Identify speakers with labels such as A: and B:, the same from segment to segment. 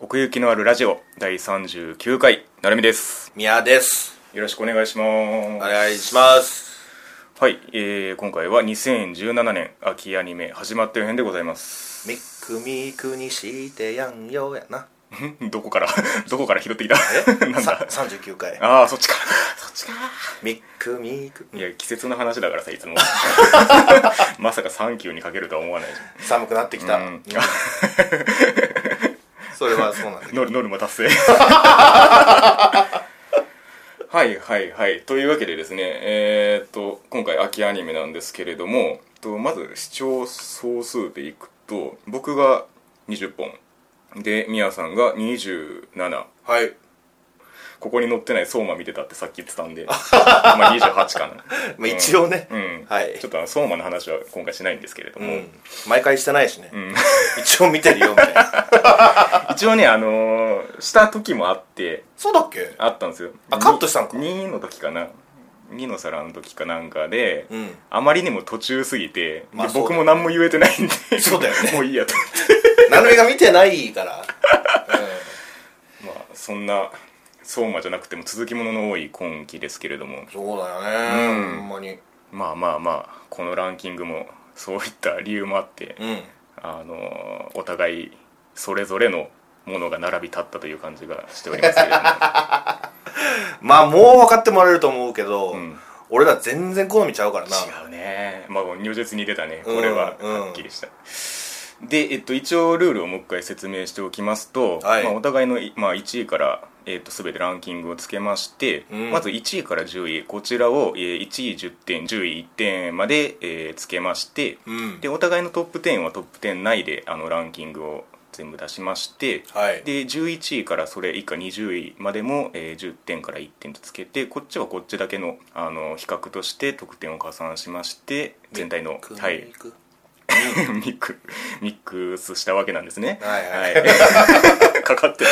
A: 奥行きのあるラジオ第39回なるみです
B: 宮です。
A: よろしくお願いします
B: お願いします。
A: はい、えー、今回は2017年秋アニメ始まってる編でございます
B: みくみくにしてやんよやな。
A: んどこから どこから拾ってきた
B: え
A: なんだ
B: 三十九回。
A: ああそっちかそっちか
B: みくみく。
A: いや季節の話だからさいつ も まさかサンキューにかけるとは思わないじ
B: 寒くなってきた。
A: ゃん、うん、
B: それはそうなんだけど。
A: ノルノルマ 達成はいはいはいというわけでですねえーっと今回秋アニメなんですけれどもとまず視聴総数でいくと僕が20本でみやさんが27
B: はい。
A: ここに載ってない相馬見てたってさっき言ってたん でまあ28かな
B: まあ一応ね。
A: うん、
B: はい
A: ちょっとあの相馬の話は今回しないんですけれど
B: う
A: も、
B: ん。毎回してないしね。 一応見てるよみたいな。
A: 一応ねあのーした時もあって
B: そうだっけ？
A: あったんですよ
B: あカットしたんか
A: 2の時かな2の皿の時かなんかで、
B: うん。
A: あまりにも途中すぎて、
B: まあ
A: で
B: そう
A: 僕
B: だよね
A: も何も言えてないんで
B: そうだよね
A: もういいやと
B: なるみが見てないから。
A: まあそんな相馬じゃなくても続きものの多い今期ですけれども
B: そうだよ
A: う
B: ね。
A: ん
B: ほんまに。
A: まあまあまあこのランキングもそういった理由もあって、
B: うん。
A: あのーお互いそれぞれのものが並び立ったという感じがしておりますけれども
B: まあもう分かってもらえると思うけど
A: ん、
B: 俺ら全然好みちゃうからな。
A: 違うねまあ如実に出たねこ
B: うん
A: れははっきりした、で、えっと、一応ルールをもう一回説明しておきますと、
B: はい
A: まあ、お互いの、いまあ、1位から、えっと、全てランキングをつけまして、
B: うん
A: まず1位から10位こちらを、えー1位10点10位1点まで、えーつけまして、
B: うん
A: で。お互いのトップ10はトップ10内であのランキングを全部出しまして、
B: はい。
A: で11位からそれ以下20位までも、えー10点から1点とつけてこっちはこっちだけのあの比較として得点を加算しまして全体の
B: く
A: はい
B: み
A: ミ
B: く
A: ックミックスしたわけなんですね
B: はいは い
A: かかって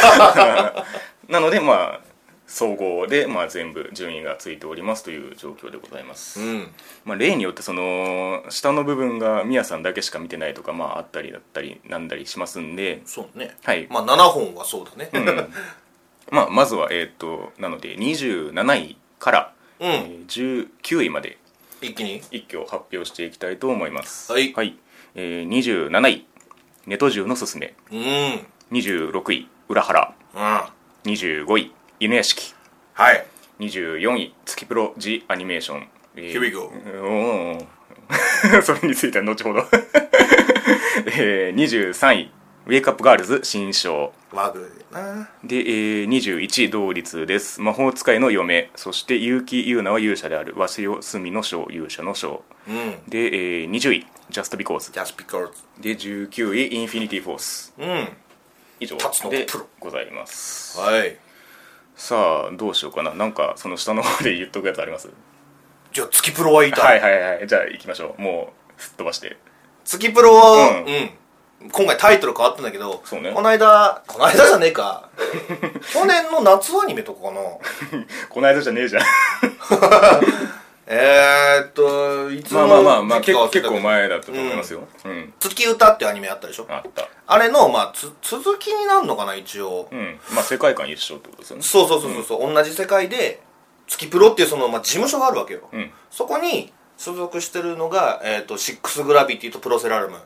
A: なかった なのでまあ総合で、まあ、全部順位がついておりますという状況でございます、
B: うん。
A: まあ、例によってその下の部分がミヤさんだけしか見てないとか、まあ、あったりだったりなんだりしますんで
B: そうね。
A: はい
B: まあ7本はそうだね。
A: うんまあ、まずは、えーっとなので27位から、
B: うん
A: えー19位まで
B: 一気に
A: 一挙発表していきたいと思います
B: はい
A: えー27位ネト中のすすめ
B: うんうん
A: 26位裏原
B: は
A: 25位犬屋敷
B: い
A: 24位月プロ G アニメーション、えー
B: Here we go
A: うー んそれについては後ほど、えー、23位ウェイクアップガールズ新章
B: ワグな
A: で、えー、21同率です魔法使いの嫁そして結城優奈は勇者である鷲尾隅の章勇者の章
B: うん
A: で、えー、20位ジャストビコーズ
B: ジャスピカルズ
A: で19位インフィニティフォース
B: うん
A: 以上
B: タツノコ
A: で
B: プロ
A: ございます
B: はい
A: さあどうしようかななんかその下の方 で言っとくやつあります
B: じゃあ月プロはいい
A: はい
B: た
A: はいはいじゃあ行きましょうもうすっ飛ばして
B: 月プロは
A: う
B: うん今回タイトル変わったんだけど
A: そうね
B: この間この間じゃねえ か去年の夏アニメとかかな
A: この間じゃねえじゃん
B: えーっとい つ
A: ま
B: の
A: あまあまあ、まあ、
B: 時期
A: 結
B: か
A: 構結
B: 忘れたけど
A: 構前だったと思いますようん、
B: 月歌ってアニメあったでしょ
A: あった
B: あれのまあつ続きになるのかな一応
A: うんまあ世界観一緒ってことですよね
B: そうそうそうそうそう、同じ世界で月プロっていうその、まあ、事務所があるわけよ、
A: うん
B: そこに所属してるのが、えー、とシックスグラビティとプロセラルム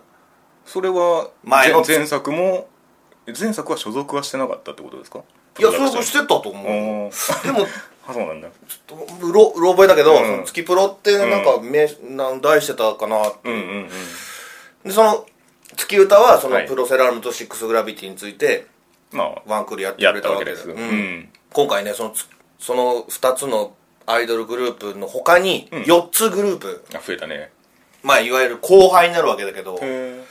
A: それは
B: 前の
A: 前前作も前作は所属はしてなかったってことですか
B: いや所属しててたと思うで
A: あ
B: も
A: そうなんだ
B: うろうろ覚えだけど、
A: うん
B: その月プロってなんか、名なん題してたかな、
A: うんうんうん
B: でその月歌はその、
A: はい
B: プロセラルムとシックスグラビティについて
A: まあ
B: ワンクールやって
A: や
B: く
A: っ
B: れ
A: た
B: た
A: わ
B: わ
A: け
B: けで
A: です
B: う
A: うんん、うん、
B: 今回ねそのつその2つのアイドルグループの他に4つグループ、
A: あ増えたね
B: まあいわゆる後輩になるわけだけど、
A: へ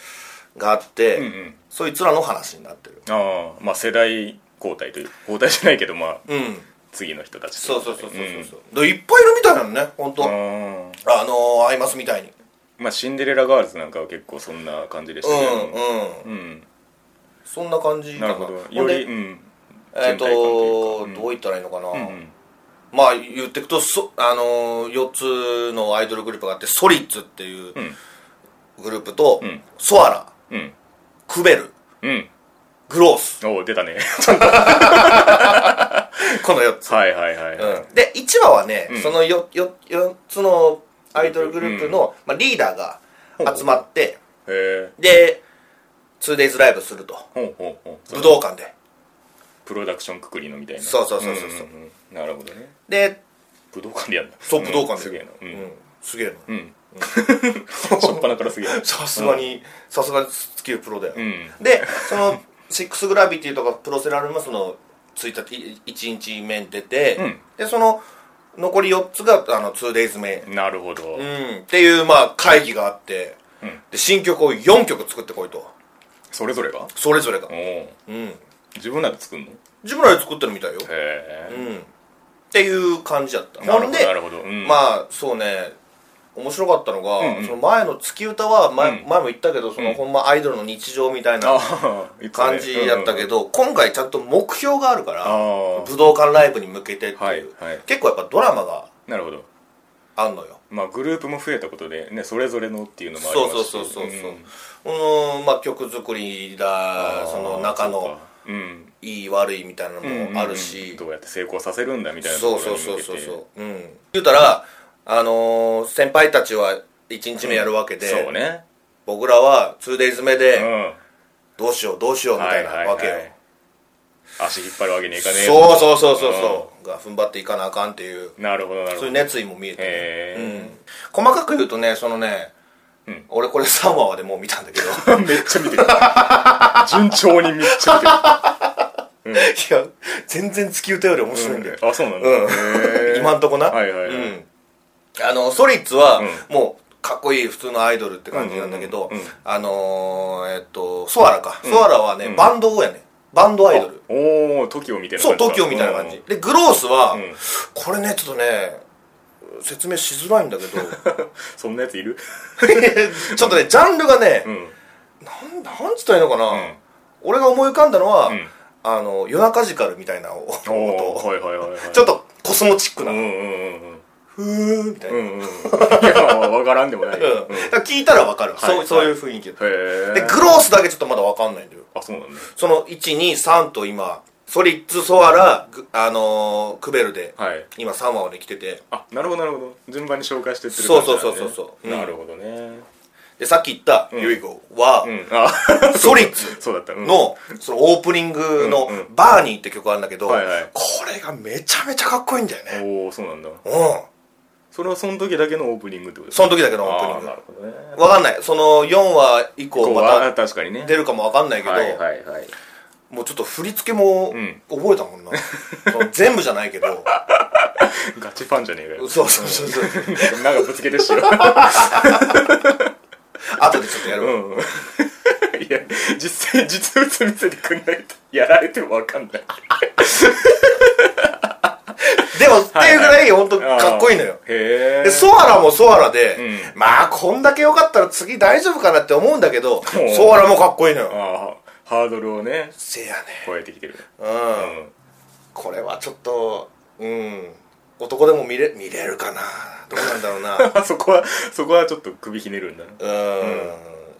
B: があって、
A: うんうん
B: そいつらの話になってる
A: ああまあ世代交代という交代じゃないけどまあ
B: うん
A: 次の人たちとい
B: そう
A: こ
B: そう
A: と
B: そうそう
A: で
B: そうそう、でいっぱいいるみたいなのね本当、
A: うんああ
B: あのー、アイマスみたいに
A: まあシンデレラガールズなんかは結構そんな感じでし
B: う
A: たけ
B: ん
A: ども
B: うん、
A: うん
B: そんな感じか
A: な
B: な
A: るほど
B: ほ
A: よ
B: ん
A: り
B: で
A: うん
B: えっ、と
A: 全体感というか
B: どう言ったらいいのかな、
A: うんうん
B: まあ言ってくとそ、あのー、4つのアイドルグループがあってソリッツっていう
A: うん
B: グループと、
A: うん
B: ソアラ
A: うん
B: クベル
A: うん
B: グロー ス。
A: おお出たね
B: この4つ。
A: はいはいはい、はい
B: うん、で1話はね、
A: ん
B: その 4, 4, つのアイドルグループの、まあ、リーダーが集まって
A: へえ
B: で 2days ライブすると
A: ほうほうほう
B: 武道館で
A: プロダクションくくりのみたいな
B: そうそうそうそうそうん
A: んんなるほどね
B: で
A: 武道館でやんだ
B: そう武道館
A: ん
B: です
A: げえな
B: う
A: うん
B: んすげえな
A: うん初っ端からすげえな
B: さすがにさすがスキルプロだよ、
A: うん
B: でその「シックスグラビティ」とか「プロセラルマス」の1日1日目に出て、
A: ん
B: でその残り4つがあの 2days 目、
A: なるほど、
B: うん、っていうまあ会議があって、
A: うん
B: で新曲を4曲作ってこいと
A: それぞれが
B: それぞれが
A: おお
B: うん
A: 自分らで作るのへ
B: 自分らで作ってるみたいよ、う
A: え、
B: ん、っていう感じだった
A: なるほど
B: んで
A: なるほど、うん
B: まあそうね面白かったのが、
A: んうん
B: その前の月歌は前,、
A: うん
B: 前も言ったけどその、
A: うん
B: ほんまアイドルの日常みたいな
A: ああ
B: 感じやったけど、今回ちゃんと目標があるから
A: あ
B: 武道館ライブに向けてっていう、
A: はいはい
B: 結構やっぱドラマが
A: あなるほど
B: あんのよ
A: まあグループも増えたことでねそれぞれのっていうのもあり
B: そう
A: ま
B: そう
A: すし
B: そうそうそう、
A: ん
B: このまあ、曲作りだ
A: あー
B: その中
A: そう
B: の
A: かうん
B: いい悪いみたいなのもあるし、
A: どうやって成功させるんだみたいな
B: そう
A: とこ
B: そ
A: ろ
B: う
A: に
B: そ
A: 向
B: う
A: けて
B: そうそう、うん、言うたらあのー先輩たちは1日目やるわけで、
A: そうね
B: 僕らは 2days 目
A: うん
B: でどうしようどうしようみたいなわけよ、
A: 足引っ張るわけにいかねえ
B: そうそうそうそうそうが踏ん張っていかなあかんっていう
A: なるほどなるほ
B: そう
A: ど
B: いう熱意も見えてね、
A: へ
B: うん、細かく言うとねそのね、
A: うん
B: 俺これ3話までもう見たんだけど
A: え めっちゃ見てる順調にめっちゃ
B: いや全然月歌より面白いん
A: 見
B: だ
A: て
B: よ
A: る、あそうなんだ、
B: うん
A: へえ
B: 今んとこな、
A: はいはいはい
B: うん、あのソリッツは、
A: う
B: もうかっこいい普通のアイドルって感じなんだけど、
A: うんうんうんうん
B: あのー、えっとソアラか、ソアラはね、バンドやねバンドアイドル
A: おお TOKIO みたいな
B: そう
A: 感じか
B: TOKIO みたいな感じ、でグロースは、
A: ん
B: これねちょっとね説明しづらいんだけど
A: そんなやついる
B: ちょっとねジャンルがね、
A: うん
B: なんなんつったらいいのかな、
A: ん
B: 俺が思い浮かんだのは、
A: ん
B: あの夜中ジカルみたいな音
A: おおはいはいはいはい
B: ちょっとコスモチックな、
A: うんうんうんうん
B: ふーみたいな、
A: うんうんうんいやまあわからんでもないよ、
B: うんだから聞いたらわかる、
A: はい
B: そうそういう雰囲気
A: へ
B: で
A: え
B: グロースだけちょっとまだわかんないんだよ
A: あそうなんだ
B: その123と今ソリッツソアラグあのークベルで
A: はい
B: 今3話まで来てて
A: あなるほどなるほど順番に紹介してってる
B: そう
A: 感じな
B: そう
A: だ
B: ん
A: ね、
B: そうそうそううん
A: なるほどね
B: でさっき言ったユイゴは、
A: うんあ
B: ソリッツ
A: そうだった、うん、
B: のそのオープニングの
A: うん
B: 「バーニー」って曲があるんだけど、
A: はいはい
B: これがめちゃめちゃかっこいいんだよね
A: おおそうなんだ
B: うん
A: それはその時だけのオープニングってことです
B: そ
A: か
B: の時だけのオープニ
A: あ
B: ン
A: ー
B: グ
A: なるほどね
B: わかんないその4話以降
A: こう
B: ま
A: は
B: た
A: 確かにね
B: 出るかもわかんないけど、
A: はいはいはい
B: もうちょっと振り付けも
A: ん
B: 覚えた もんな、その全部じゃないけど
A: ガチファンじゃねえかよ
B: そうそうそうそう
A: なんかぶつけてっしょ
B: 後でちょっとやろう、
A: うん いや実際実物見せてくんないとやられてもわかんない
B: でもっていうぐらい本当
A: あー
B: かっこいいのよ
A: へえ
B: でソアラもソアラで、
A: う
B: まあこんだけ良かったら次大丈夫かなって思うんだけど
A: ん
B: ソアラもかっこいいのよ
A: ああハードルをね
B: せやね
A: 超えてきてる
B: うん
A: うん
B: これはちょっとうん男でも見れ見れるかなどうなんだろうな
A: あそこはそこはちょっと首ひねるんだな
B: うん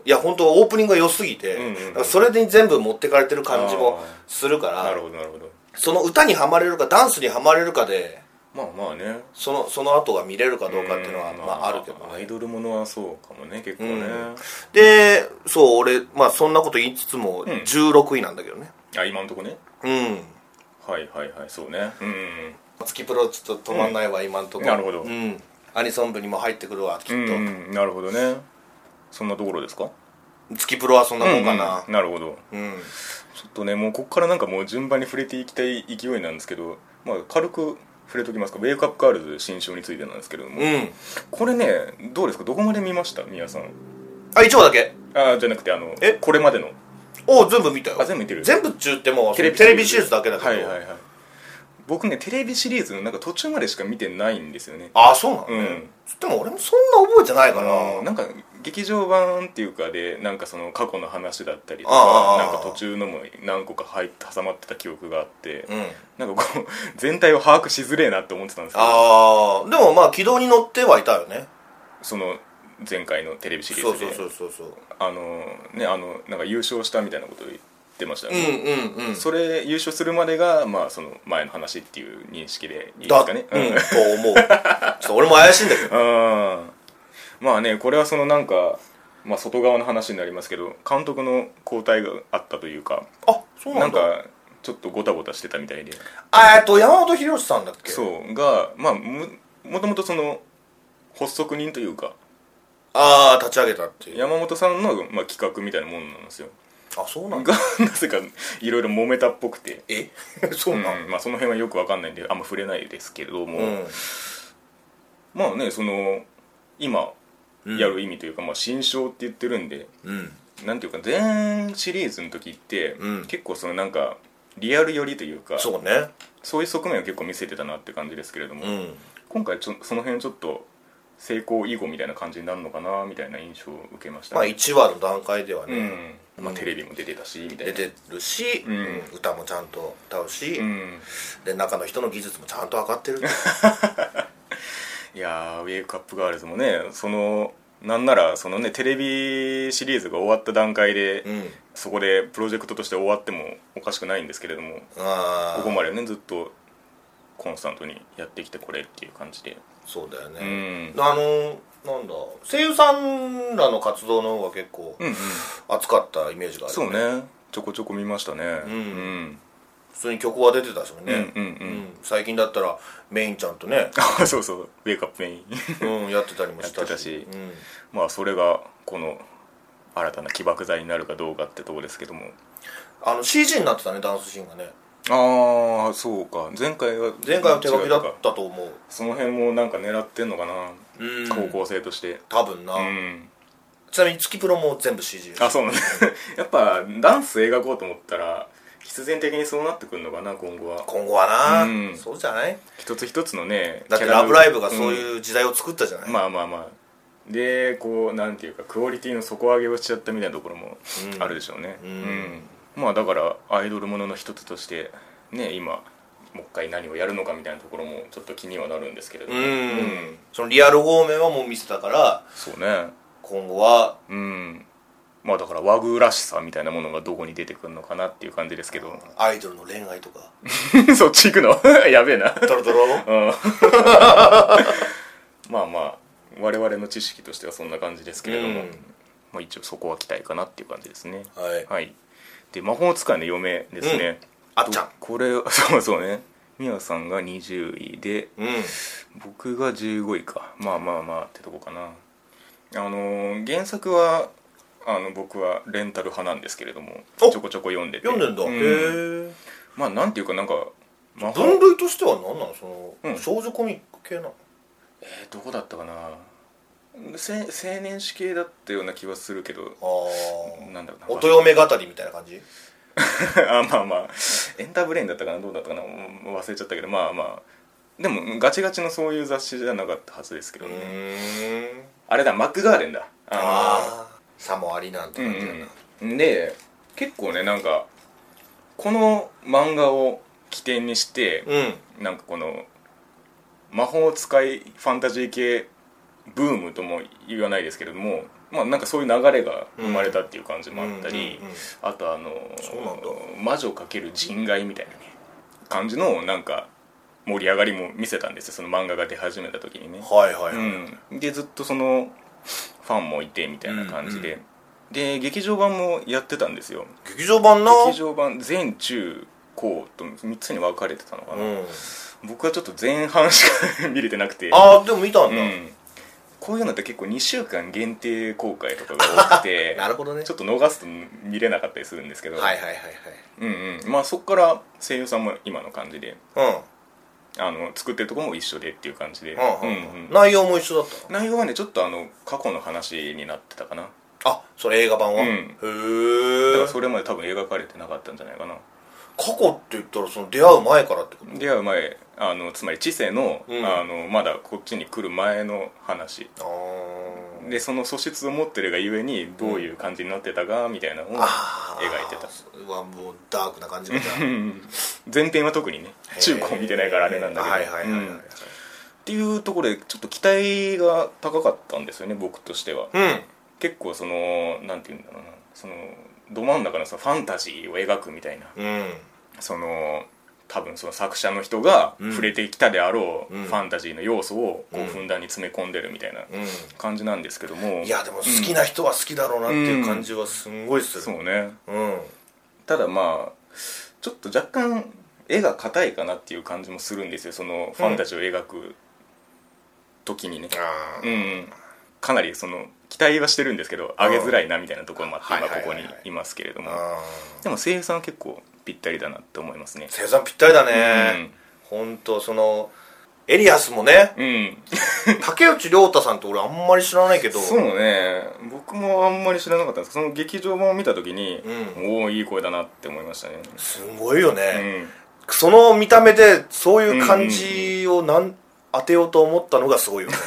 B: いや本当オープニングが良すぎて、
A: うんうんうん
B: だからそれに全部持ってかれてる感じも
A: あー
B: するから
A: なるほどなるほど
B: その歌にはまれるかダンスにはまれるかで
A: まあまあね
B: そのその後が見れるかどうかっていうのは、
A: ん
B: まあ、あるけどね
A: アイドルものはそうかもね結構ね、
B: うんでそう俺まあそんなこと言いつつも
A: ん
B: 16位なんだけどね
A: あ今んとこね
B: うん、
A: はいはいはいそうねうんうん
B: 月プロちょっと止まんないわ、今んとこ
A: なるほど
B: うんアニソン部にも入ってくるわきっと、
A: うんうん、なるほどねそんなところですか
B: 月プロはそんなもんかな
A: うんなるほど
B: うん、
A: ちょっとねもうここからなんかもう順番に触れていきたい勢いなんですけど、まあ、軽く触れときますか「ウェイクアップガールズ新章」についてなんですけれども、
B: うん
A: これねどうですかどこまで見ました宮さん
B: あ一応だけ
A: あじゃなくてあの
B: え
A: これまでの
B: お全部見たよ
A: あ全部見てる
B: 全部っちゅうってもうテレビシリーズだけだけど、
A: はいはいはい僕ねテレビシリーズのなんか途中までしか見てないんですよね
B: あそうなのね、
A: うん
B: でも俺もそんな覚えてないか
A: あ
B: ら
A: のなんか劇場版っていうかでなんかその過去の話だったりと
B: あ
A: か
B: あ
A: なんか途中のも何個か入って挟まってた記憶があって、
B: うん
A: なんかこう 全体を把握しづれえなって思ってたんですけど
B: ああでもまあ軌道に乗ってはいたよね
A: その前回のテレビシリー
B: そう
A: ズで
B: そうそうそうそう
A: あのねあのなんか優勝したみたいなことってましたよ
B: うん
A: ね、
B: うんうん
A: それ優勝するまでが、まあ、その前の話っていう認識でいいで
B: だ
A: す
B: う
A: か
B: ん
A: ね。
B: と思うちょっと俺も怪しいんだけ ど
A: あーまあねこれはそのなんか、まあ、外側の話になりますけど監督の交代があったというか
B: あそう
A: な
B: なん
A: ん
B: だ
A: かちょっとごたごたしてたみたいで
B: あえっと山本博さんだっけ
A: そうがまあももともとその発足人というか
B: ああ立ち上げたっていう
A: 山本さんの、まあ、企画みたいなもんなんですよ
B: あそうなんだ
A: が なぜかいろいろ揉めたっぽくて、
B: え そううんなん
A: まあ、その辺はよくわかんないんであんま触れないですけれども、
B: うん
A: まあねその今
B: うん
A: やる意味というか、まあ、新章って言ってるんで
B: うん
A: なんていうか全シリーズの時って、
B: うん
A: 結構そのなんかリアル寄りというかそう
B: そうね
A: いう側面を結構見せてたなって感じですけれども、
B: うん
A: 今回ちょその辺ちょっと成功以後みたいな感じになるのかなみたいな印象を受けました
B: まあ
A: ね、
B: 1話の段階では
A: う
B: ね
A: んまあ、テレビも出てたしみたいな
B: 出てるし
A: ん
B: うん歌もちゃんと歌うし
A: うん
B: で中の人の技術もちゃんと上がって る
A: いやーウェイクアップガールズもねそのなんならそのねテレビシリーズが終わった段階で、
B: うん
A: そこでプロジェクトとして終わってもおかしくないんですけれども
B: あ
A: ここ
B: あ
A: までねずっとコンスタントにやってきてこれっていう感じで
B: そうだよ
A: う
B: ね
A: ん
B: あのなんだ声優さんらの活動の方が結構
A: うんうん
B: 熱かったイメージがある
A: そうねちょこちょこ見ましたねうん
B: 普通に曲は出てたしね
A: うんうんうん
B: 最近だったらメインちゃんと ね
A: あそうそうウェイクアップメイン
B: うんやってたりもしたし
A: やってたし
B: うん
A: まあそれがこの新たな起爆剤になるかどうかってとこですけども
B: あの CG になってたねダンスシーンがね
A: ああそうか前回は
B: 前回は手書きだっ
A: 違うか
B: たと思う
A: その辺もなんか狙ってんのかな、
B: うん
A: 高校生として
B: 多分な、
A: うん
B: ちなみに月プロも全部 CG
A: あそうなんだ やっぱダンス描こうと思ったら必然的にそうなってくるのかな今後は
B: 今後はな、
A: うん
B: そうじゃない
A: 一つ一つのね
B: だって「
A: キャラ
B: ラブライブ!」がそう
A: うん
B: いう時代を作ったじゃない、
A: まあまあまあでこうなんていうかクオリティの底上げをしちゃったみたいなところも
B: うん
A: あるでしょうね、
B: うん
A: うんまあだからアイドルものの一つとしてね今もう一回何をやるのかみたいなところもちょっと気にはなるんですけれど
B: う
A: も、
B: ん、
A: うん
B: そのリアル方面はもう見せたから
A: そうね
B: 今後は
A: うんまあだから和具らしさみたいなものがどこに出てくるのかなっていう感じですけど
B: アイドルの恋愛とか
A: そっち行くのやべえな
B: ドロドロの
A: うんまあまあ我々の知識としてはそんな感じですけれども、
B: うん
A: まあ、一応そこは期待かなっていう感じですね
B: はい
A: はいで魔法使いの嫁ですね、
B: あっちゃん
A: これ そうそうねみやさんが20位で
B: うん
A: 僕が15位かまあまあまあってとこかなあのー原作はあの僕はレンタル派なんですけれどもち
B: お
A: ょこちょこ読んでて
B: 読んでんだ、
A: う
B: へえ
A: まあなんていうかなんか魔法
B: 分類としては何なのその、
A: うん
B: 少女コミック系なの
A: えーどこだったかなせ青年誌系だったような気はするけど
B: あー
A: なんだろうな
B: 音嫁語りみたいな感じ
A: あまあまあエンターブレインだったかなどうだったかなうん忘れちゃったけどまあまあでもガチガチのそういう雑誌じゃなかったはずですけ
B: う
A: どね、
B: ーん
A: あれだマックガーデンだあの
B: ああさもありなんて
A: う
B: 感じだな、
A: んうん、で結構ねなんかこの漫画を起点にして、
B: うん
A: なんかこの魔法使いファンタジー系ブームとも言わないですけれどもまあなんかそういう流れが生まれたっていう感じもあったり、
B: うんうんうん
A: あとあの
B: そうなんだ
A: 魔女かける人外みたいなね感じのなんか盛り上がりも見せたんですよその漫画が出始めた時にね。
B: はいはいはい、
A: うん、でずっとそのファンもいてみたいな感じで、で劇場版もやってたんですよ
B: 劇場版な
A: 劇場版全中高と3つに分かれてたのかな、
B: うん、
A: 僕はちょっと前半しか 見れてなくて
B: ああでも見たん
A: う
B: だ、
A: ん、こういうのって結構2週間限定公開とかが多くて
B: なるほどね
A: ちょっと逃すと見れなかったりするんですけど、
B: はいはいはい
A: うんうんまあ、そこから声優さんも今の感じで
B: はい
A: あの作ってるとこも一緒でっていう感じで、
B: うん、うん
A: うう
B: うんんうんん、内容も一緒だったの
A: 内容はねちょっとあの過去の話になってたかな
B: あそれ映画版は、
A: うん
B: へ
A: だか
B: え
A: らそれまで多分描かれてなかったんじゃないかな
B: 過去って言ったらその出会う前からってこと
A: 出会う前あのつまり知性の,、
B: うん
A: あのまだこっちに来る前の話
B: あー
A: でその素質を持ってるがゆえにどういう感じになってたかみたいなのを
B: あー
A: 描いてた
B: うわもうダークな 感じがじゃあ
A: 前編は特にね中高見てないからあれなんだけど、
B: はいはいはいはい、
A: うんっていうところでちょっと期待が高かったんですよね僕としては
B: うん
A: 結構そのなんて言うんだろうなそのど真ん中のそのファンタジーを描くみたいな
B: うん
A: その多分その作者の人が
B: うん
A: 触れてきたであろう、
B: うん
A: ファンタジーの要素をこう
B: うん
A: ふんだんに詰め込んでるみたいな
B: う
A: 感じなんですけども、
B: んいやでも好きな人は好きだろうなっていう感じはすんごいす
A: そ
B: る
A: うね
B: うん
A: ただまあちょっと若干絵が硬いかなっていう感じもするんですよそのファンタジーを描く時にね、
B: あ
A: うんかなりその期待はしてるんですけど上げづらいなみたいなところもあって
B: うん
A: 今
B: はいはい
A: ここ
B: はい
A: に
B: はい
A: いますけれども
B: あ
A: でも声優さんは結構ぴったりだなって思いますね
B: 生産ぴったりだね本当そのエリアスも ね
A: うん
B: 竹内涼太さんって俺あんまり知らないけど
A: そうね僕もあんまり知らなかったんですけどその劇場版を見た時に、
B: う
A: おおいい声だなって思いましたね
B: すごいよ
A: う
B: ね
A: ん
B: その見た目でそういう感じをなん当てようと思ったのがすごいよね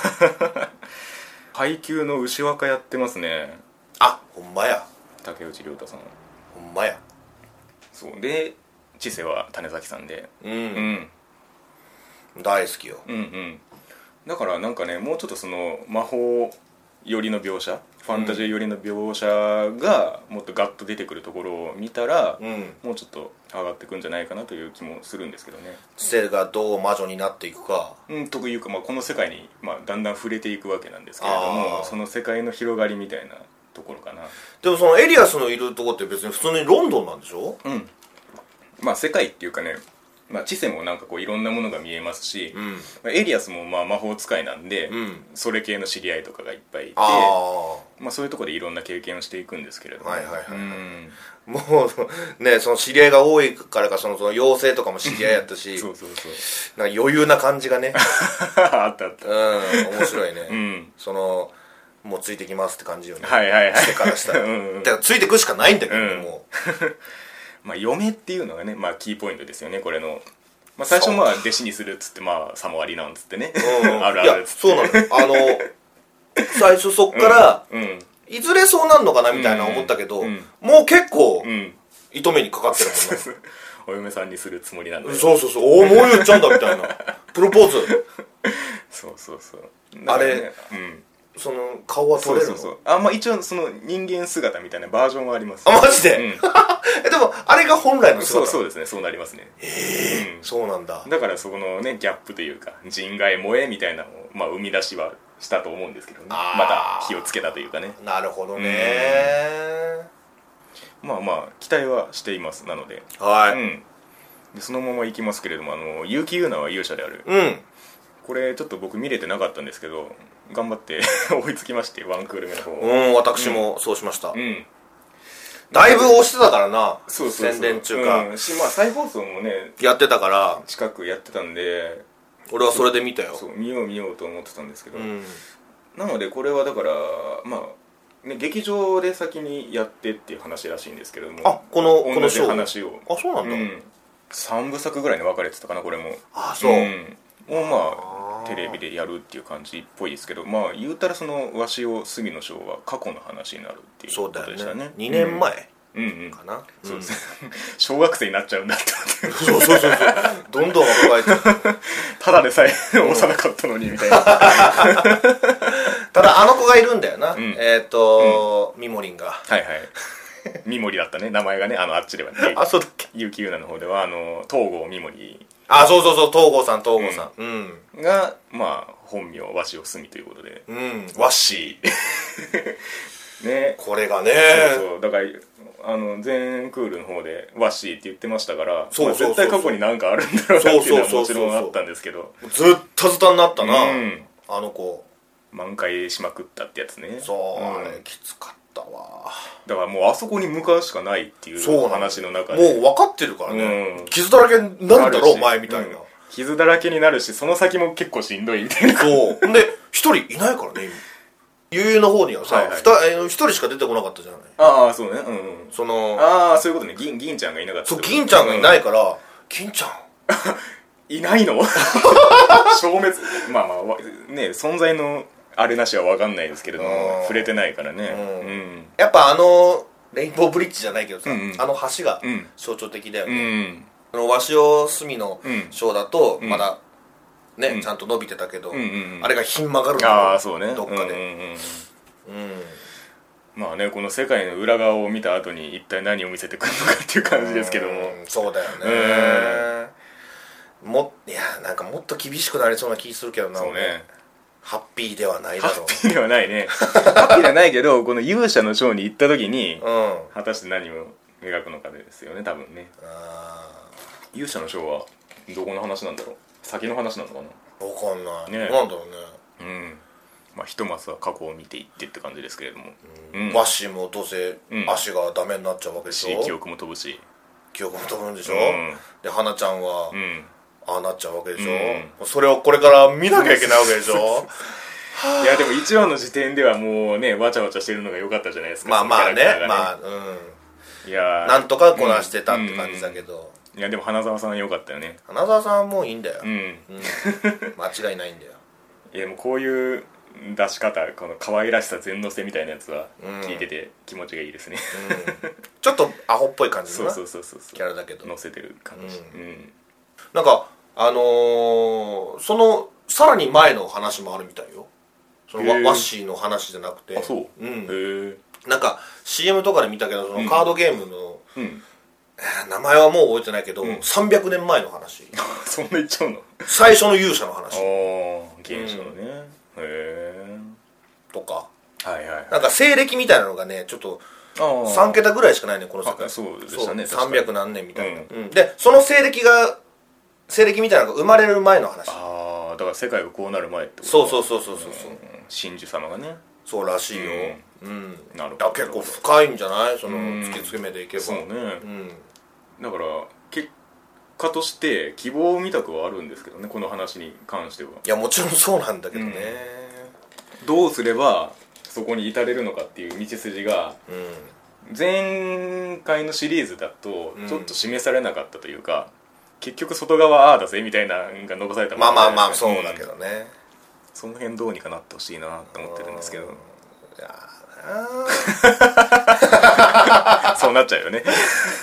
A: 配給の牛若やってますね
B: あほんまや
A: 竹内涼太さん
B: ほんまや
A: そうで知世は種崎さんで、
B: う
A: うんん、
B: 大好きよ
A: うんうんだからなんかねもうちょっとその魔法寄りの描写ファンタジー寄りの描写がもっとガッと出てくるところを見たら、
B: うん
A: もうちょっと上がってくんじゃないかなという気もするんですけどね
B: 知性がどう魔女になっていくか
A: うん、というか、まあ、この世界に、まあ、だんだん触れていくわけなんですけれど
B: あ
A: も
B: ー
A: その世界の広がりみたいなところかな
B: でもそのエリアスのいるとこって別に普通にロンドンなんでしょ
A: うんまあ世界っていうかね、まあ、知性もなんかこういろんなものが見えますし、
B: ん
A: まあエリアスもまあ魔法使いなんで、
B: うん
A: それ系の知り合いとかがいっぱいいて
B: ああ
A: まあ、そういうところでいろんな経験をしていくんですけれども
B: はいはいはいはい
A: うん
B: もうねその知り合いが多いからかそのその妖精とかも知り合いやったし
A: そうそうそう
B: なんか余裕な感じが ね
A: あったあった
B: うん面白いね、
A: うん
B: そのもうついてきますって感じよね、
A: はいはいはい
B: 世界からしたら
A: うんうん
B: だからついてくしかないんだけどね、
A: うん
B: も
A: まあ、嫁っていうのがね、まあ、キーポイントですよねこれの、まあ、最初まあ弟子にするっつってまあ様割りなんつってね、
B: う、うん、
A: あるある
B: いや
A: っつって
B: そうなのよあの最初そっから、
A: うん
B: いずれそうなんのかなみたいな思ったけど、
A: うんうん
B: もう結構、
A: うん
B: 糸目にかかってるもんな
A: お嫁さんにするつもりなんだよ
B: そうそうそう、おーもう言っちゃうんだみたいな。プロポーズ、
A: そうそうそう
B: あれ
A: だからねうん
B: その、顔は
A: そ
B: 取
A: う
B: れる
A: そ
B: の
A: うそうあまあ一応その人間姿みたいなバージョンはあります
B: あ、マジで、
A: うん
B: えでも、あれが本来の
A: そう
B: 姿。
A: そううですねそうなりますね
B: そうなんだ。
A: だからそこのねギャップというか人外萌えみたいなのをまあ生み出しはしたと思うんですけどね
B: あー
A: また気をつけたというかね
B: なるほどね
A: まあまあ期待はしていますなので
B: は
A: う
B: い。
A: んでそのまま行きますけれどもあの結城優奈は勇者である
B: うん。
A: これちょっと僕見れてなかったんですけど頑張って 追いつきましてワンクール目の方
B: うん、私もそうしました。
A: うん
B: だいぶ押してたからな。
A: そうそうそう
B: 宣伝中か、
A: うんしまあ再放送もね
B: やってたから、
A: 近くやってたんで
B: 俺はそれで見たよ。
A: そう見よう見ようと思ってたんですけど、
B: うん。
A: なのでこれはだからまあ、ね、劇場で先にやってっていう話らしいんですけれども
B: あ、この、こ
A: 同
B: の
A: じ
B: ショー。
A: 話を
B: あ、そうなん
A: う
B: だ。
A: ん、3部作ぐらいに分かれてたかなこれも
B: あ、そう。
A: んをま
B: あ
A: あ
B: ー
A: テレビでやるっていう感じっぽいですけどまあ言うたらその和紙を杉野翔は過去の話になるっていう
B: そ
A: こ
B: うだ
A: とでし
B: よ
A: たね
B: ね。2年、前
A: うん、うんうん
B: かな。
A: そうですね小学生になっちゃうんだって思って
B: うん。そうそうそうそう。どんどん若いて
A: ただでさえ幼かったのにみたいな
B: ただあの子がいるんだよな、
A: ん
B: えっ、と、みもりんが
A: はいはい三森だったね名前がねあのあっちではね
B: あそうだっけ
A: 結城優奈の方ではあの東郷三森
B: あそうそうそう東郷さん東郷さんうん
A: がまあ本名和紙を住みということで
B: うん、わし
A: 紙 ね
B: これがね
A: そうそうだからあの全クールの方で「ワッシー」って言ってましたから
B: そうそうそう
A: まあ絶対過去に何かあるんだろうなっていうのは
B: そ
A: も
B: う
A: ち
B: そうそうそう
A: ろんあったんですけど
B: ずっとずたになったな、
A: うん
B: あの子
A: 満開しまくったってやつね
B: そう、
A: ん
B: あれきつかったわ
A: だからもうあそこに向かうしかないってい
B: そうな
A: う
B: の
A: 話の中
B: もう
A: で
B: 分かってるからね、
A: うん
B: 傷だらけになるんだろ
A: あ
B: お
A: るし
B: 前みたいな、
A: うん傷だらけになるしその先も結構しんどいみたいな
B: そうほんで一人いないからね今悠々の方にはさ
A: はいはい
B: ふたえー一人しか出てこなかったじゃない
A: ああそうねうんうん
B: その
A: ああそういうことね銀銀ちゃんがいなかった
B: そう金ちゃんがい
A: い、
B: ないから、金ちゃん
A: うんいないの 消滅まあまあわね存在のあれなしは分かんないですけれど
B: う
A: も
B: ん
A: 触れてないからね
B: うん
A: うん
B: やっぱあのレインボーブリッジじゃないけどさ、
A: うんうん
B: あの橋が
A: うん
B: 象徴的だよ
A: う
B: ね、
A: ん
B: あの鷲尾隅の
A: うん
B: ショーだと
A: ん
B: まだね、
A: うん
B: ちゃんと伸びてたけど、
A: うんうんうん
B: あれがひん曲がるのよ
A: ああそうね
B: どっか
A: うん
B: で、
A: うんうん
B: うん
A: まあねこの世界の裏側を見た後に一体何を見せてくるのかっていう感じですけども
B: うんそうだよねもいやなんかもっと厳しくなりそうな気するけどな
A: そうね
B: ハッピーではないだ
A: ハ
B: ろ
A: ッピーではないね ハッピーではないけどこの勇者のショーに行った時に
B: ううん
A: 果たして何を描くのかですよね多分ね
B: あ
A: 勇者のショーはどこの話なんだろう先の話なのかな
B: ーわかんない、
A: ね
B: なんだろうね、
A: うんまあひとまずは過去を見ていってって感じですけれどもうん
B: ワッシーもどうせ
A: うん
B: 足がダメになっちゃうわけでし
A: し
B: ょ、
A: 記憶も飛ぶし
B: 記憶も飛ぶんでしょ、
A: うん
B: で花ちゃんは、
A: うん
B: ああなっちゃうわけでしょ、
A: う
B: それをこれから見なきゃいけないわけで しょ
A: いやでも一話の時点ではもうねわちゃわちゃしてるのが良かったじゃないですか
B: まあまあ
A: そのキャラクターが
B: ねまあうん
A: いやー
B: なんとかこなしてたって感じだけど、
A: いやでも花澤さん良かったよね
B: 花澤さんはもういいんだよ、
A: うん
B: うん間違いないんだよ
A: いやでもこういう出し方この可愛らしさ全乗せみたいなやつは
B: うん
A: 聞いてて気持ちがいいですね、
B: ちょっとアホっぽい感 じ
A: そ
B: の
A: う
B: な
A: そうそうそうそう
B: キャラだけど
A: 乗せてる感じうん、
B: なんかあのーそのさらに前の話もあるみたいよそのワ
A: へー
B: ワッシーの話じゃなくて
A: あそう、へ
B: ん、
A: え
B: なんか CM とかで見たけどそ
A: うん
B: のカードゲームの、
A: うん
B: えー名前はもう覚えてないけど、300年前の話
A: そんな言っちゃう の
B: 最初の勇者の
A: あ
B: 話
A: あ現象のね、へえ
B: とか
A: はいはいはい
B: なんか西暦みたいなのがねちょっと
A: あ
B: 3桁ぐらいしかないねこの世
A: あ
B: 界
A: そうでしたね
B: そう
A: 確かに
B: 300何年みたいな、
A: うん
B: うんでその西暦が西暦みたいなのが生まれる前の話
A: ああだから世界がこうなる前ってこと
B: そうそうそうそうそうそう
A: うん真珠様がね
B: そうらしいようん
A: なるほ
B: だ
A: ど
B: 結構深いんじゃないその
A: うん
B: 突き詰めていけば
A: そうね、
B: うん
A: だから結果として希望を見たくはあるんですけどねこの話に関してはい
B: やもちろんそうなんだけどね
A: どうすればそこに至れるのかっていう道筋が
B: うん、
A: 前回のシリーズだと
B: うん
A: ちょっと示されなかったというか、結局外側ああだぜみたいなのが残された
B: まあまあまあ
A: じゃ
B: そ
A: な
B: う
A: い
B: だ
A: です
B: け
A: か
B: どね、
A: うんその辺どうにかなってほしいなと思ってるんですけど
B: いや
A: そうなっちゃうよね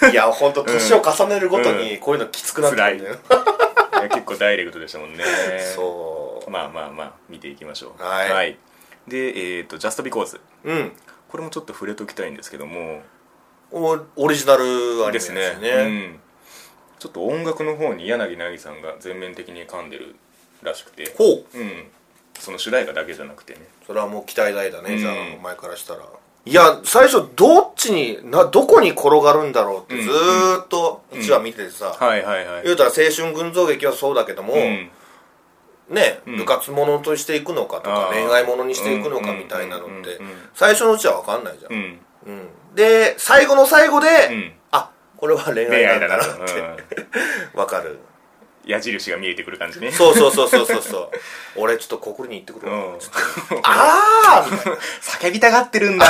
B: ーいやほんと年を重ねるごとにこういうのきつくなってくるんだよ、
A: いや結構ダイレクトでしたもんね
B: そう
A: まあまあまあ見ていきましょう
B: はい
A: でえっ、と「Just Because
B: うん」
A: これもちょっと触れときたいんですけども
B: おオリジナルアニメ
A: ですねうん、ちょっと音楽の方に柳凪さんが全面的に噛んでるらしくて
B: ほ
A: う
B: う
A: んその主題歌だけじゃなくてね
B: それはもう期待大だね、
A: うん
B: じゃあお前からしたらいや最初どっちになどこに転がるんだろうってずーっと1話見ててさ、
A: はいはいはい
B: 言うたら青春群像劇はそうだけども、
A: うん
B: ね、
A: ん
B: 部活ものとしていくのかとか
A: あー
B: 恋愛ものにしていくのかみたいなのって
A: うんうんうんうん
B: 最初のうちは分かんないじゃん、
A: う
B: うん
A: ん
B: で最後の最後で、
A: うん
B: あこれは恋
A: 恋
B: 愛
A: 愛
B: な
A: だ
B: んだ
A: な
B: な
A: と、
B: って分かる
A: うん矢印が見えてくる感じね
B: そうそうそうそうそうそう 俺ちょっと国立に行ってくる
A: う
B: わ、
A: ん
B: あーみたいな
A: 叫びたがってるんだ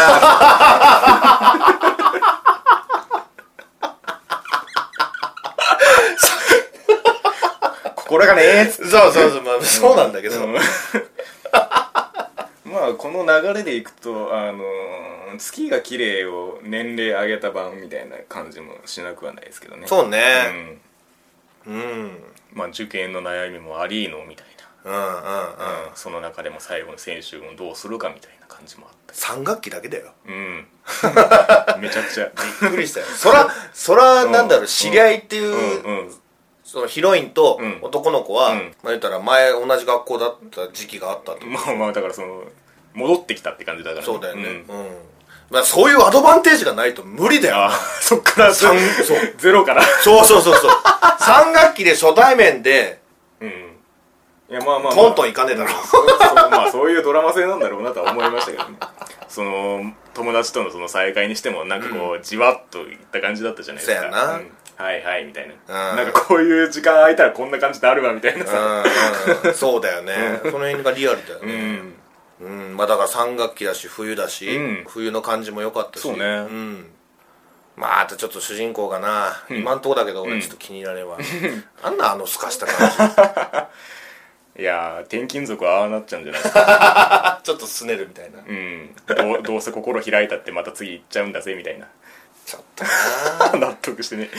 A: 心がねえっつって
B: そうそうそう、まあ、そうなんだけど、
A: うんまあこの流れでいくと、あのー月が綺麗を年齢上げた版みたいな感じもしなくはないですけどね
B: そう
A: う
B: ね、
A: ん
B: うん、うんうん
A: まあ、受験の悩みもありのみたい
B: うん
A: な、うんその中でも最後の選手をどうするかみたいな感じもあった
B: 3学期だけだよ
A: うん めちゃくちゃ
B: びっくりしたよそらそらなんだろ
A: う
B: うん知り合いっていうう、
A: んうん
B: そのヒロインと
A: うん
B: 男の子は、
A: うん
B: まあ言ったら前同じ学校だった時期があったと、
A: まあまあだからその戻ってきたって感じだからね、
B: そうだよねうん
A: ん、
B: まあ、そういうアドバンテージがないと無理だよ
A: あーそっから
B: 三そう
A: ゼロから
B: そうそうそう そう3学期で初対面で
A: うんいやまあまあ、まあ、
B: トントンいかねえだろ
A: そうそうまあそういうドラマ性なんだろうなとは思いましたけどねその友達とのその再会にしてもなんかこう、じわっといった感じだったじゃないですか
B: そやな
A: うんはいはいみたいな、
B: うん
A: なんかこういう時間空いたらこんな感じになるわみたいなさ
B: うんうんそうだよねその辺がリアルだよ
A: う
B: ね、
A: ん
B: うんまあだから3学期だし冬だし、
A: うん
B: 冬の感じも良かったし
A: そうね
B: んまああとちょっと主人公がな、今んとこだけど俺ちょっと気に入られは、あんなあのすかした感じ
A: いやー転勤族はああなっちゃうんじゃない ですか
B: あちょっとすねるみたいな
A: うんどうどうせ心開いたってまた次行っちゃうんだぜみたいな
B: ちょっと な
A: 納得して ね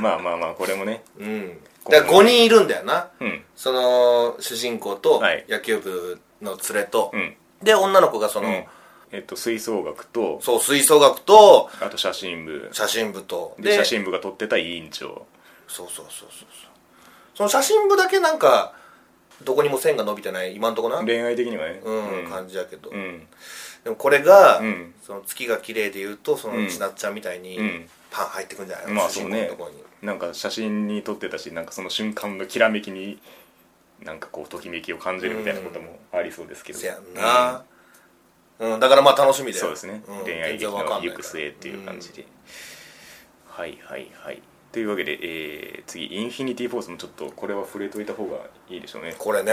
A: まあまあまあこれもね
B: うんだから5人いるんだよな、
A: うん
B: その主人公と
A: はい
B: 野球部の連れと、
A: うん
B: で女の子がその、
A: うんえっと、吹奏楽と
B: そう吹奏楽と
A: あと写真部
B: 写真部と
A: で写真部が撮ってた委員長
B: そうそうそうそうそうその写真部だけなんかどこにも線が伸びてない今んとこな、
A: 恋愛的にはね
B: うん
A: うん
B: 感じだけど、
A: うん
B: でもこれが、
A: うん
B: その月が綺麗で言うとその
A: うん
B: ちなっちゃんみたいに、
A: うん
B: パン入ってくんじゃないの、
A: まあ
B: 主
A: そう
B: 人公の
A: ね
B: ところに
A: なんか写真に撮ってたしなんかその瞬間のきらめきになんかこうときめきを感じるみたいなこともありそうですけど、
B: せやんな、うんだからまあ楽しみだよ
A: そうですね、
B: うん
A: 恋愛劇
B: 全然わかんな
A: の
B: いから
A: 行く末っていう感じで、はいはいはいというわけで、えー次インフィニティフォースもちょっとこれは触れといた方がいいでしょうね
B: これね、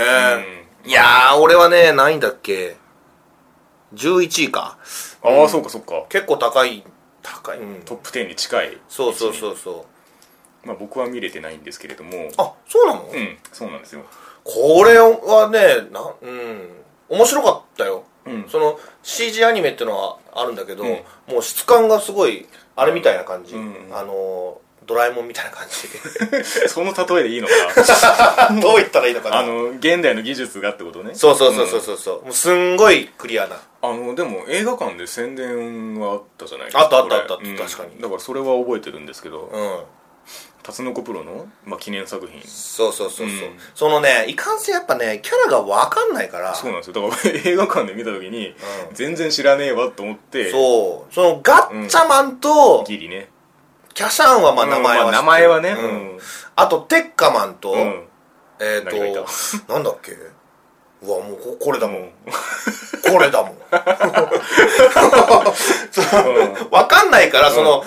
A: うん
B: いやー俺はねないんだっけ11位か
A: ああ、そうかそうか
B: 結構高い高い、うん
A: トップ10に近い
B: そうそうそうそう
A: まあ、僕は見れてないんですけれども
B: あそうなの、
A: うんそうなんですよ
B: これはねなうん面白かったよ、
A: うん
B: その CG アニメっていうのはあるんだけど、
A: うん
B: もう質感がすごいあれみたいな感じ、
A: うん
B: あのドラえもんみたいな 感じ
A: その例えでいいのか
B: どう言ったらいいのか
A: な
B: な
A: あの現代の技術がってことね
B: そうそうそうそうそう、うもうすんごいクリアな
A: あのでも映画館で宣伝はあったじゃないですか
B: あったあった
A: これ
B: あったあった
A: うん
B: 確かに
A: だからそれは覚えてるんですけど、
B: うん
A: タツノコプロの、まあ、記念作品
B: そうそうそうそう、
A: うん
B: そのねいかんせんやっぱねキャラが分かんないから
A: そうなんですよだから俺映画館で見た時に、
B: うん
A: 全然知らねえわと思って
B: そうそのガッチャマンと
A: ギリね
B: キャシャンはまあ
A: うん
B: 名前は知ってる、
A: まあ名前はね
B: う
A: うんん
B: あとテッカマンと、
A: うん
B: えっ、
A: 何がいた
B: ー、と、なんだっけうわ、もうここれだもん。
A: うん
B: これだ もん。わかんないから、その、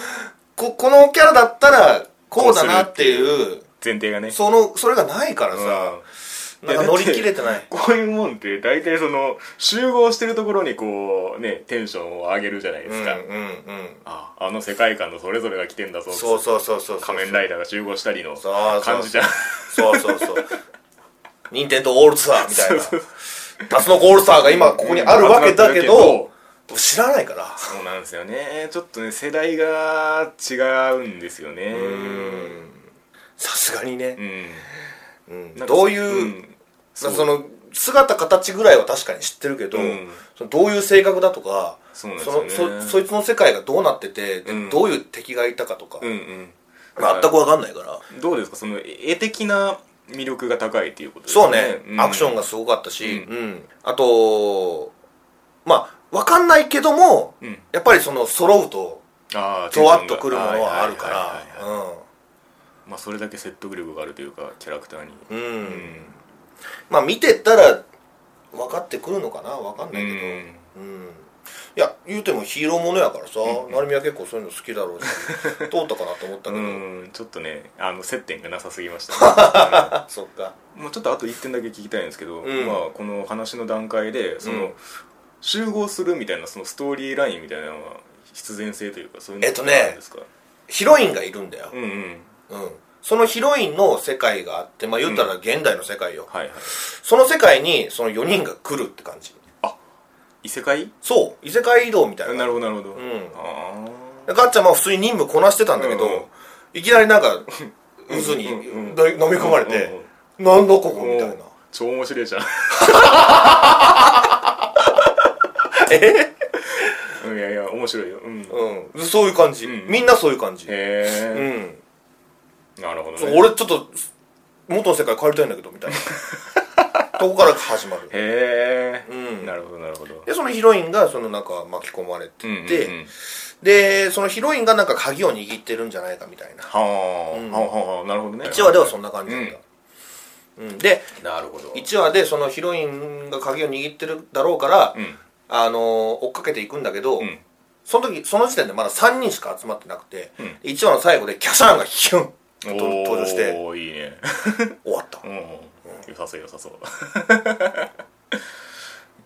B: こ、このキャラだったら、こうだなっていう、
A: 前提がね
B: その、それがないからさ、
A: うん
B: なんか乗り切れてない。
A: こういうもんって大体その集合してるところにこうねテンションを上げるじゃないで
B: うん、う
A: す
B: ん、
A: か、
B: うん。
A: ああの世界観のそれぞれが来てんだぞ
B: そうそうそうそう。
A: 仮面ライダーが集合したりの
B: そうそう
A: 感じじゃん
B: そうそうそう。任天堂オールスターみたいな。タスノコオールスターが今ここにあるわけだけど、知らないから。
A: そうなんですよねちょっとね世代が違うんですよね
B: うんさすがにね
A: う。ん
B: うん
A: なんか
B: どういう、
A: ん
B: その姿形ぐらいは確かに知ってるけど、
A: うん
B: そのどういう性格だとか
A: そうなんですよね
B: そのそそいつの世界がどうなってて、で
A: うん
B: どういう敵がいたかとか、
A: うんうん
B: 全く分かんないから、
A: どうですかその絵的な魅力が高いっていうことですか
B: そうね、アクション
A: が
B: がすごかったし、
A: う
B: うんあとまあ分かんないけども、
A: うん
B: やっぱりその揃うと
A: ああ
B: ゾワッとくるものはあるから
A: まあそれだけ説得力があるというかキャラクターに
B: うん、う
A: うん
B: ん、まあ見てったら分かってくるのかな分かん
A: う
B: ないけど、
A: ん
B: うんいや言うてもヒーローものやからさ、成美は結構そういうの好き だろうし通ったかなと思ったけど、
A: うんちょっとねあの接点がなさすぎました、ね
B: あそっか
A: うん、もうちょっとあと1点だけ聞きたいんですけど、
B: ん
A: まあ、この話の段階でその、
B: うん
A: 集合するみたいなそのストーリーラインみたいなのは必然性というかそういうの
B: えっとね
A: なんですか、
B: ヒロインがいるんだよ、
A: うんうん
B: うんそのヒロインの世界があってまあ言うたら現代の世界よ、
A: はいはい
B: その世界にその4人が来るって感じ
A: 異世界
B: そう異世界移動みたい
A: な
B: な
A: るほどなるほど、
B: ん
A: あ
B: でガッチャマンは普通に任務こなしてたんだけど、
A: うんうん
B: いきなりなんか渦に
A: うんうんうん
B: の飲み込まれ
A: うんうん
B: て、なんだここ
A: あ
B: みたいな
A: 超面白い じゃんえいやいや面白いようんへ
B: うんそういう感じ、
A: うん
B: みんなそういう感じう
A: え、
B: ん
A: なるほど
B: そう
A: ね
B: 俺ちょっと元の世界帰りたいんだけど みたいなとこから始まる
A: へえ、
B: うん
A: なるほどなるほど
B: でそのヒロインがそのなんか巻き込まれてて、
A: うんうんうん
B: でそのヒロインがなんか鍵を握ってるんじゃないかみたいな
A: はあ、はあはあはあなるほどね
B: 1話ではそんな感じなんだ、うんで
A: なるほど
B: 1話でそのヒロインが鍵を握ってるだろうから、
A: うん
B: あのー追っかけていくんだけど、
A: うん
B: その時その時点でまだ3人しか集まってなくて、
A: うん
B: 一1話の最後でキャシャーンがヒュンと
A: おー
B: 登場して
A: いいね
B: 終わった
A: うん良さそう良さそう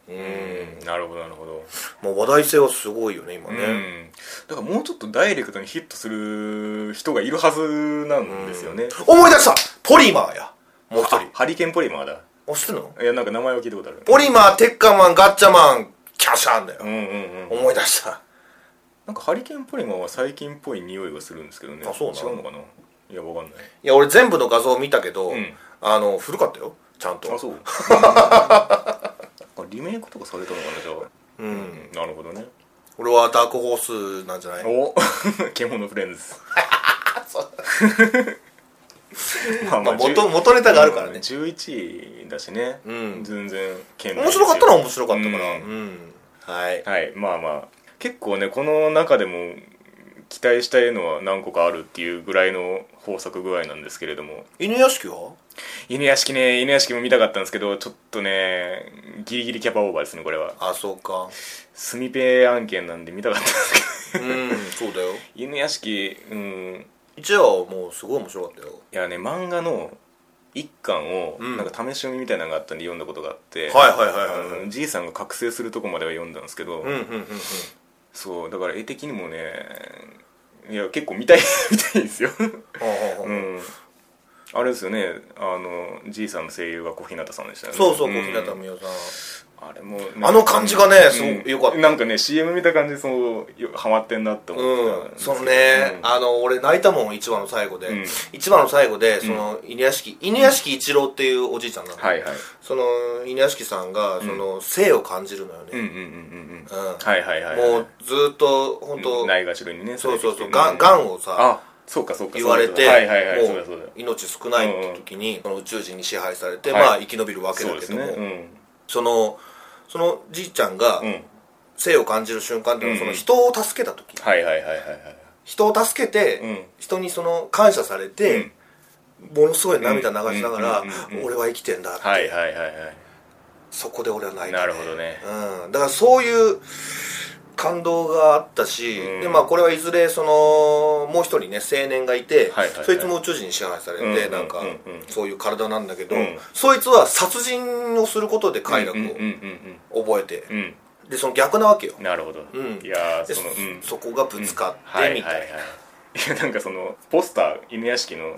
A: うんなるほどなるほど
B: もう話題性はすごいよね今ね、
A: うんだからもうちょっとダイレクトにヒットする人がいるはずなんですよね、
B: 思い出したポリマーやもう一人
A: あハリケーンポリマーだ
B: あ知ってんの
A: いやなんか名前は聞いたことある
B: ポリマーテッカマンガッチャマンキャシャンだよ
A: う、んうんうん
B: 思い出した
A: なんかハリケーンポリマーは細菌っぽい匂いがするんですけどね
B: あそうなの
A: 違うのかないやわかんない
B: いや俺全部の画像を見たけど、
A: ん
B: あの古かったよちゃんと
A: あそうリメイクとかされたのかなじゃあ
B: うん
A: なるほどね
B: 俺はダークホースなんじゃない
A: お 獣フレンズ
B: そう
A: まあ
B: まあ
A: じゅ
B: 元元ネタがあるからね
A: 11位だしね、
B: うん
A: 全然剣
B: 面白かったのは面白かったから
A: う
B: うんん、はい
A: はいまあまあ結構ねこの中でも期待したいのは何個かあるっていうぐらいの豊作具合なんですけれども
B: 犬屋敷は
A: 犬屋敷ね犬屋敷も見たかったんですけどちょっとねギリギリキャパオーバーですねこれは
B: あそうか
A: スミペ案件なんで見たかったんですけ
B: うんそうだよ
A: ど犬屋敷うん
B: 一応はもうすごい面白かったよ
A: いやね漫画の一巻を
B: うん
A: なんか試し読みみたいなのがあったんで読んだことがあって、
B: はいはいはいはい
A: あのじいさんが覚醒するとこまでは読んだんですけど、
B: うんうんうんうん
A: そうだから絵的にもねいや結構見たい 見たいんですよ
B: ほうほうほう
A: うんあれですよねあのじいさんの声優が小日向さんでしたよね
B: そうそう
A: うん
B: 小日向美桜
A: あれも
B: さんあの感じがねすご
A: う
B: くよかった
A: なんかね CM 見た感じそうよハマってんなって思ってたん
B: う
A: で
B: ん、
A: すけど
B: そのね、
A: うん
B: あの俺泣いたもん1話の最後で、
A: うん
B: 一1話の最後でその犬屋敷犬屋敷一郎っていうおじいちゃんなの、
A: はいはい
B: その犬屋敷さんがその性を感じるのよ
A: うん
B: ね、
A: うんうんうんうん
B: うん
A: はいはいはいはい
B: もうずーっと本当、
A: ないがしろにね
B: そうそうそう
A: さ
B: が
A: れ
B: ん
A: てきてね
B: がんをさ
A: あそうかそうか
B: 言われて、
A: はいはいはいそう
B: も
A: だそう
B: う
A: だ
B: 命少ないって時に、その宇宙人に支配されて、
A: はい
B: まあ生き延びるわけだ
A: そうで
B: け
A: す
B: ども
A: ね
B: そ,、
A: う
B: のそのじいちゃんが
A: んうん
B: 性を感じる瞬間っていうのは、
A: うんうん
B: その人を助けた時
A: はいはいはいはいはい
B: 人を助けて、
A: うん
B: 人にその感謝されて、ものすごい涙流しながら、
A: うんうんうんうん
B: 俺は生きてんだって、
A: はいはいはいはい
B: そこで俺は泣いた、
A: なるほどね
B: うん、だからそういう感動があったし、
A: うん
B: でまあ、これはいずれそのもう一人ね青年がいて、
A: はいはいはい
B: そいつも宇宙人に支配されて、
A: うんうんうんうん
B: なんかそういう体なんだけど、
A: うん
B: そいつは殺人をすることで快楽
A: うんうんうん
B: を覚えて、
A: うんうん
B: でその逆なわけよ
A: なるほど、
B: うん
A: いやー
B: で
A: そのうん
B: そこがぶつかっ
A: は
B: てみたいな、
A: はいはいいやなんかそのポスター犬屋敷の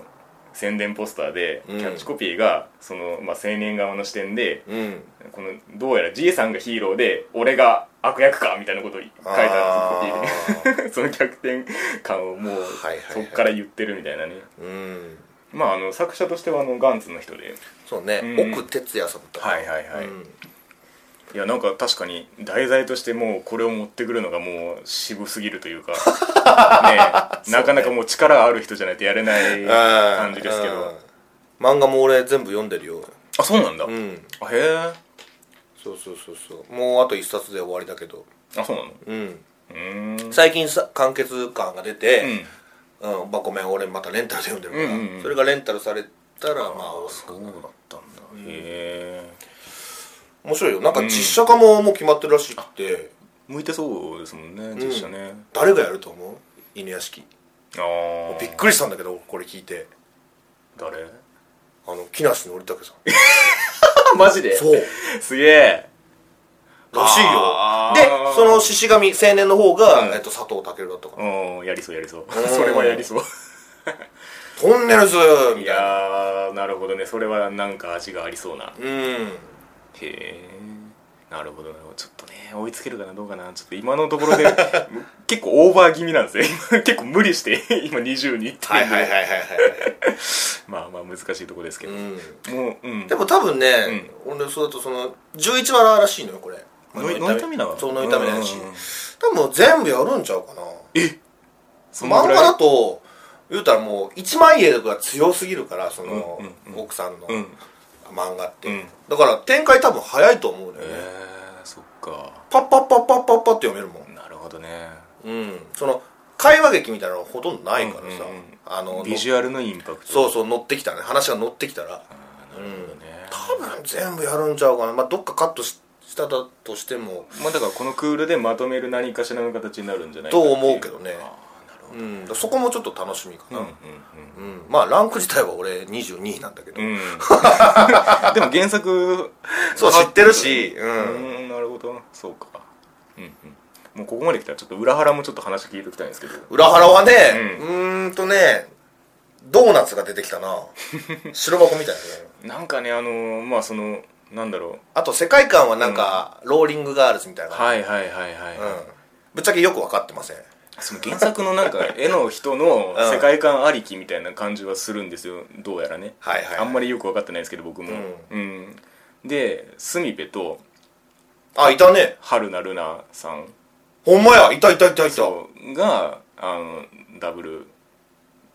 A: 宣伝ポスターで、
B: うん
A: キャッチコピーがその、まあ、青年側の視点で
B: うん
A: このどうやらじいさんがヒーローで俺が悪役かみたいなことを書いてあるんです
B: あ
A: コ
B: ー
A: ピーで その逆転感をもう、
B: はいはい
A: そっから言ってるみたいなね
B: うん
A: まああの作者としてはあのガンツの人で
B: そうね、
A: うん
B: 奥哲也さんとか
A: はいはいはい
B: うん
A: いやなんか確かに題材としてもうこれを持ってくるのがもう渋すぎると いうかねなかなかもう力がある人じゃないとやれない感じですけ
B: うん
A: ど
B: 漫画も俺全部読んでるよ
A: あそうなんだ、
B: うん
A: あへえ
B: そうそうそうそうもうあと一冊で終わりだけど
A: あそうなの
B: うん
A: うーん
B: 最近さ完結感が出て、
A: う
B: うんまあ、ごめん俺またレンタルで読んでるから、
A: うんうんうん
B: それがレンタルされたらまあ
A: そうだったんだへえ
B: 面白いよなんか実写化ももう決まってるらしくて、
A: 向いてそうですもんね実写ね、
B: 誰がやると思う犬屋敷
A: ああ
B: びっくりしたんだけどこれ聞いて
A: 誰
B: あの木梨憲武さん
A: マジで
B: そう
A: すげえ
B: らしい
A: あー
B: よでその獅子神青年の方が、
A: うん
B: えっと、佐藤健だったかな
A: うんやりそうやりそう
B: ん
A: それはやりそう
B: 「トンネルズ!」み
A: い
B: たいな
A: やーなるほどねそれはなんか味がありそうな
B: うん
A: へえなるほどなちょっとね追いつけるかなどうかなちょっと今のところで む結構オーバー気味なんですよ 今結構無理して今20にいって
B: はい
A: るんで
B: はいはいはいはい、
A: まあまあ難しいとこですけど、
B: うん、
A: もううん
B: でも多分ね、俺そうだとその11話らしいのよこれ
A: ノイノイタミナ
B: そうノイタミナらしい
A: うんうんうん
B: 多分全部やるんちゃうかな
A: その
B: 漫
A: ぐら
B: 画
A: い
B: だと言うたらもう一枚絵が強すぎるからその、
A: うん
B: 奥さんの
A: うんへ
B: 漫画って、
A: うん
B: だから展開多分早いと思うんだよね、
A: えそっか
B: パッパッパッパッパッパって読めるもん
A: なるほどね
B: うん、その会話劇みたいなのほとんどないからさ、
A: うんうんうん
B: あの
A: ビジュアルのインパクト
B: そう
A: そ
B: そう乗ってきたね話が乗ってきたら
A: うなるほどね、
B: 多分全部やるんちゃうかな、まあ、どっかカットししただとしても
A: まあだからこのクールでまとめる何かしらの形になるんじゃないか
B: と
A: ってい
B: 思うけどね、
A: あーなるほ
B: うん、だからそこもちょっと楽しみかな、
A: ど
B: う
A: うんんうんうん
B: まあランク自体は俺22位なんだけど、
A: うん でも原作
B: そう知ってるし、う
A: うんんなるほどそうかうんうんもうここまで来たらちょっと裏腹もちょっと話聞いておきたいんですけど
B: 裏腹はね
A: う
B: うーんとねドーナツが出て きたな白箱みたいなね
A: なんかねあのーまあそのなんだろ
B: あと世界観はなんか、ローリングガールズみたいうな、
A: はいはいはいはい、
B: うん、ぶっちゃけよく分かってません
A: その原作のなんか絵の人の
B: うん
A: 世界観ありきみたいな感じはするんですよどうやらね
B: はいはいはい
A: あんまりよく分かってないですけど僕もうん、でスミペと
B: あ、いたね。
A: 春菜ルナさん
B: ほんまや、いたいたいたいた。
A: があのダブル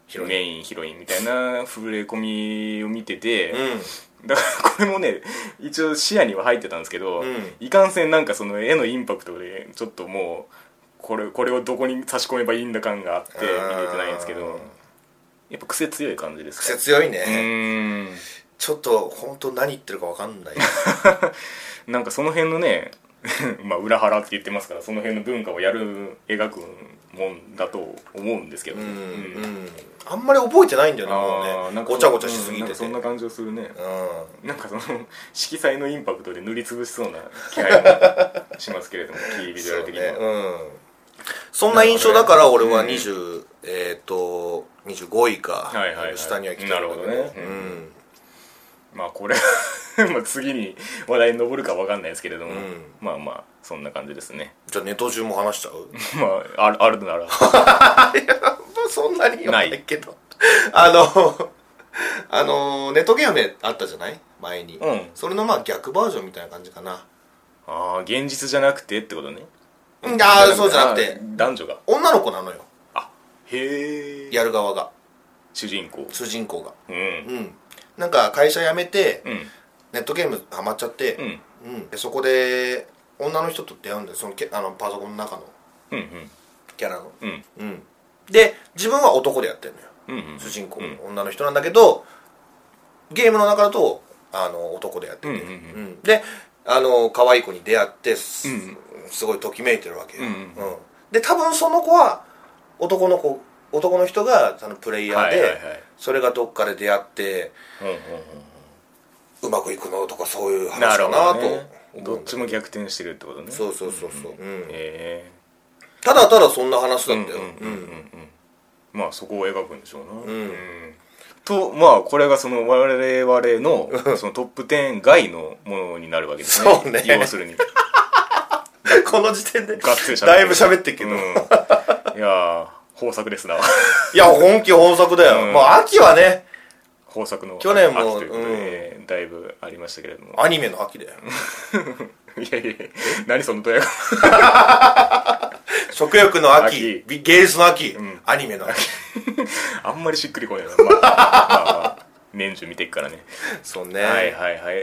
B: ヒロイン
A: メインヒロインみたいな触れ込みを見て
B: う
A: て、
B: ん。
A: だからこれもね一応視野には入ってたんですけど、
B: うん
A: いかんせんなんかその絵のインパクトでちょっともうこれこれをどこに差し込めばいいんだ感があって見れてないんですけ
B: うん
A: どやっぱ癖強い感じですか
B: 癖強いうね。
A: ーん
B: ちょっと、本当何言ってるかわかんない。
A: なんかその辺のね まあ裏腹って言ってますからその辺の文化をやる描くもんだと思うんですけど
B: う
A: ね、
B: ん。う
A: うん
B: ん。あんまり覚えてないんだよな、も
A: あ
B: う
A: ー
B: ね
A: な。んか
B: ごちゃごちゃしすぎ
A: うんなん
B: て
A: かそ
B: て。うんん。
A: な感じがするね
B: う
A: なんかその 色彩のインパクトで塗りつぶしそうな気配もしますけれ どもキービジュアル的には、
B: ね。うん。そんな印象だから俺は20、えっと、25位か
A: はいはいは、い
B: 下には来てるんだけ
A: なるほど
B: ど。
A: ね
B: うん。
A: まあこれ まあ次に話題に上るかわかんないですけれども、
B: ん
A: まあまあそんな感じですね
B: じゃあネト中も話しちゃう
A: まああるあるなら
B: まあそんなには
A: な
B: ないいけど あのあのネットゲームあったじゃない前に、
A: うん
B: それのまあ逆バージョンみたいな感じかな
A: ああ現実じゃなくてってことね
B: うんああそうじゃなくて
A: あー男女が
B: 女の子なのよ
A: あへえ
B: やる側が
A: 主人公
B: 主人公が
A: うん
B: うんなんか会社辞めて、
A: うん
B: ネットゲームハマっちゃって
A: うん、
B: うんでそこで女の人と出会うんだよそのけあのパソコンの中の
A: うん
B: キャラの
A: うんうん
B: うんで自分は男でやってるのよ
A: うんうん
B: 主人公、
A: うん
B: 女の人なんだけどゲームの中だとあの男でやってて、
A: うんうんう
B: うんであの可愛い子に出会ってす,、
A: うん
B: すごいときめいてるわけよ、
A: うんうん
B: で多分その子は男の子男の人がそのプレイヤー
A: はい
B: で、
A: はいはい
B: それがどっかで出会って
A: うんうん
B: うまくいくのとかそうい
A: う
B: う
A: ん
B: 話
A: なる
B: か
A: ほ
B: なと
A: ど、ね、
B: 思
A: ど
B: う
A: っちも逆転してるってことね
B: そうそうそうそう、うん
A: え
B: ただただそんな話だ
A: え
B: ったよ、
A: うんうんうんうんうんまあそこを描くんでしょうな、
B: ん
A: とまあこれがその我々のそのトップ10外のものになるわけですね
B: そうね
A: 要す るに
B: うんこの時点で
A: ガッツリ喋ってる
B: だいぶ喋ってるけど、
A: うん、いやー豊作ですない
B: や本気本作だよ、
A: うん
B: まあ秋はね
A: 豊作の
B: 去年も
A: 秋ということで、だいぶありましたけれども
B: アニメの秋だよ
A: いやいや何そのドヤ顔
B: 食欲の秋
A: 秋
B: 美芸術の秋、アニ メの秋
A: あんまりしっくりこないな、まあ、まあまあ年中見てっからね
B: そうね、
A: はいはいはい